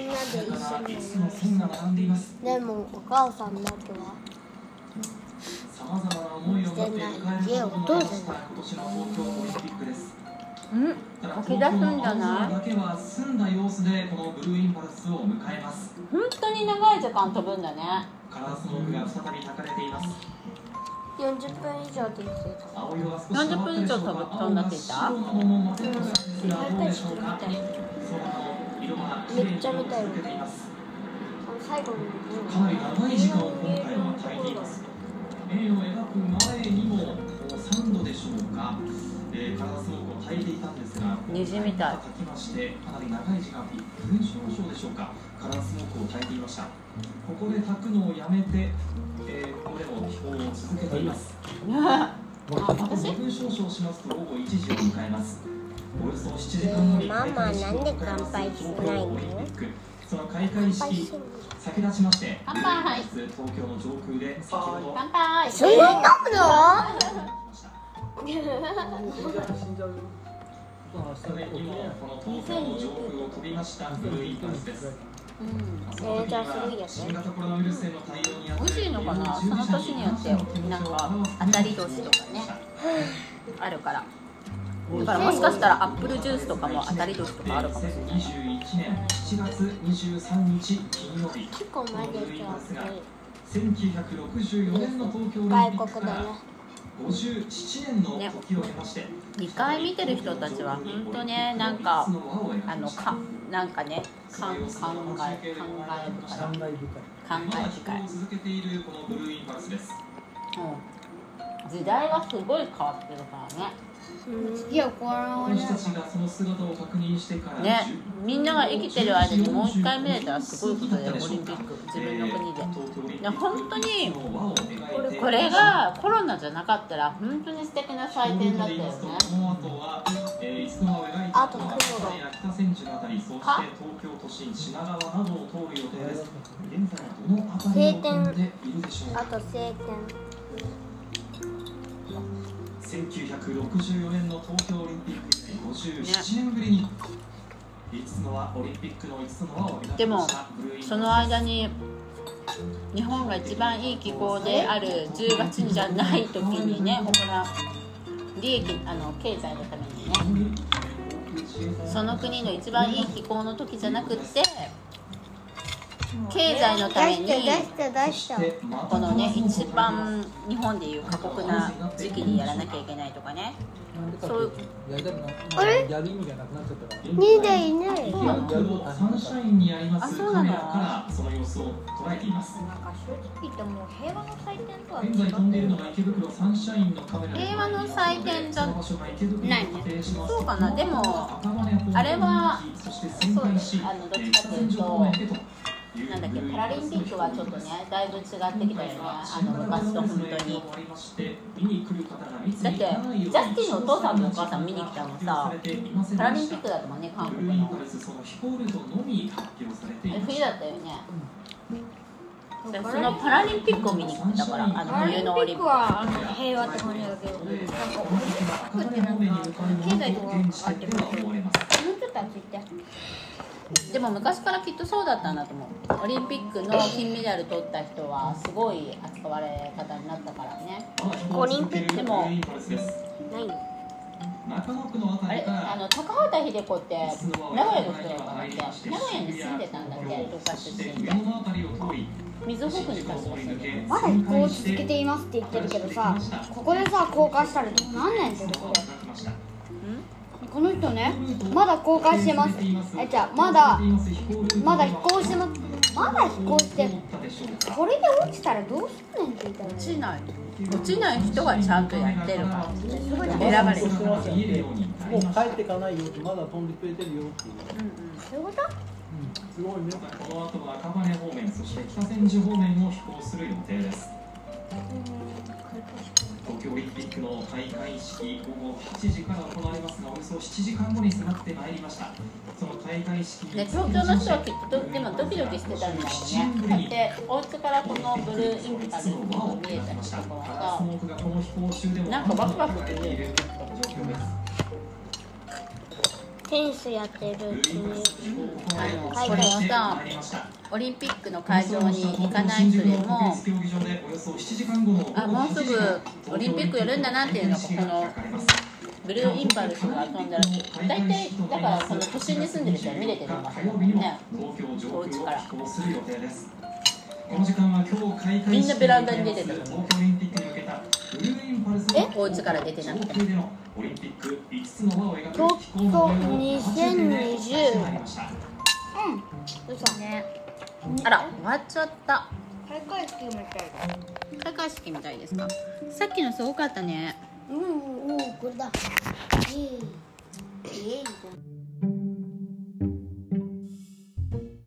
いつも線が並んでいますでもお母さんだけはさまざまな思いを持って迎えることができた今年の東京オリンピックですうんただ吐き出すんじゃない東京の青空だけは澄んだ様子でこのブルーインパルスを迎えます本当に長い時間飛ぶんだねカラースモークが再び焚かれています40分以上できてた青色は少し変わったでしょうか40分以上飛ぶ飛んだって言った青が白の桃を混ぜてほしいんですがどうでしょうかその他の色が綺麗に色を続けています最後にかなり長い時間を今回は耐えています円を描く前にもこう3度でしょうか、えー、カラスモークを焚いていたんですが虹みたい書きましてかなり長い時間1分少々でしょうかカラスモークを焚いていましたここで焚くのをやめて、えー、ここでも飛行を続けていますあと5分少々しますと午後1時を迎えますおよそ7時間後に開会式を迎えますねえママなんで乾杯しない東京のオリンピックその開会式先立ちまして乾杯東京の上空で先ほど乾杯それ飲むのそれにもこの東京の上空を飛びましたブルーインパルスですうん成長するよね新型コロナウイルスへの対応にあた美って味しいのかなその年によってなんか当たり年とかねあるからだからもしかしたらアップルジュースとかも当たり年とかあるかもしれない2021年7月23日金曜日結構前でしょ1964年の東京オリンピッ外ク国かだらね57年の時を経まして、 2回見てる人たちは本当ねなんかあのかなんかねかん考え考えるから感慨深考いえ深い、を続けているこのブルーインパルスですうん、時代がすごい変わってるからね次はこら私たちがその姿を確認してからね10みんなが生きてる間にもう一回見れたらすごいことだよオリンピック自分の国で。いや本当にこれがコロナじゃなかったら本当に素敵な祭典だったよねあと雲が北千住のあたりそして東京都心品川などを通る予定です現在どの辺りを飛んでいるでしょうあかと晴天1964年の東京オリンピック以来57年ぶりに5つの輪オリンピックの5つの輪を描きましたブルーインパルスその間に日本が一番いい気候である10月にじゃない時にね行う利益あの経済のためにねその国の一番いい気候の時じゃなくって経済のためにて出しこのね一番日本でいう過酷な時期にやらなきゃいけないとかねなんでかっていうとやりたくなあれやる意味がなくなっちゃったから2でいない池袋サンシャインにありまあすそうカなのメラからその様子を捉えていますなんか正直言ってもう平和の祭典とは違現在飛んでいるうのが池袋サンシャインのカメラで平和の祭典じゃその場所が池袋にないね固定しますそうかなでもあれはそして旋回しそうあのどっえーちか北という千と住方面へというなんだっけパラリンピックはちょっとねだいぶ違ってきたよねあの昔と本当に。だだっっててジジャャススティティンのンのお父おさ父さんのんのお母お母ささんん見見に来に来たたののさパさパララリリンピッンピクックだだととももねね韓韓国の国の冬冬だだったよねそのパラリンピックを見に来たからあのパラリ冬ンピのオリッンピクックはあの平和って感じだけど、なんかオリンピックってなんか経済とかあってもうちょっと熱いってでも昔からきっとそうだったんだと思うオリンピックの金メダル取った人はすごい扱われ方になったからねオリンピックでもないの中野区のああたれりからあの高畑秀子って名古屋の人だったんだっけ名古屋に住んでたんだっけ東海出身で水穂区に確か住んでるまだ飛行を続けていますって言ってるけどさ、ここでさ、公開したら何年ってことだよ。この人ね、まだ公開してます。え、じゃあ、まだ、まだ飛行してます。まだ飛行して、これで落ちたらどうすんねんって言ったら、落ちない落ちない人がちゃんとやってるからすごいな。選ばれるしてますよねもう帰ってかないよってまだ飛んでくれてるよっていう、うんうんそういうことすごいねこの後は赤羽方面そして北千住方面を飛行する予定です東京オリンピックの開会式午後8時から行われますがおよそ7時間後に迫ってまいりましたその開会式ね、東京の人はきっとでもドキドキしてたんだろうねだってお家からこのブルーインパルスの見えたりとかはさなんかワクワクする状況ですテニスやってるっていうあのこれをさオリンピックの会場に行かない人でもあもうすぐオリンピックやるんだなっていうのがこのブルーインパルスが飛んだらしい大体だからその都心に住んでる人は見れてるのかねお家からこの時間は今日開会式みんなベランダに出てた東京オリンピックに向けたブルーインパルスえお家から出てなくて上級でのオリンピック5つの輪を描く東京飛行の模様を初めてね2020始まりました嘘ねあら終わっちゃった開会式みたいだ開会式みたいですかさっきのすごかったねうんうんこれだいいいい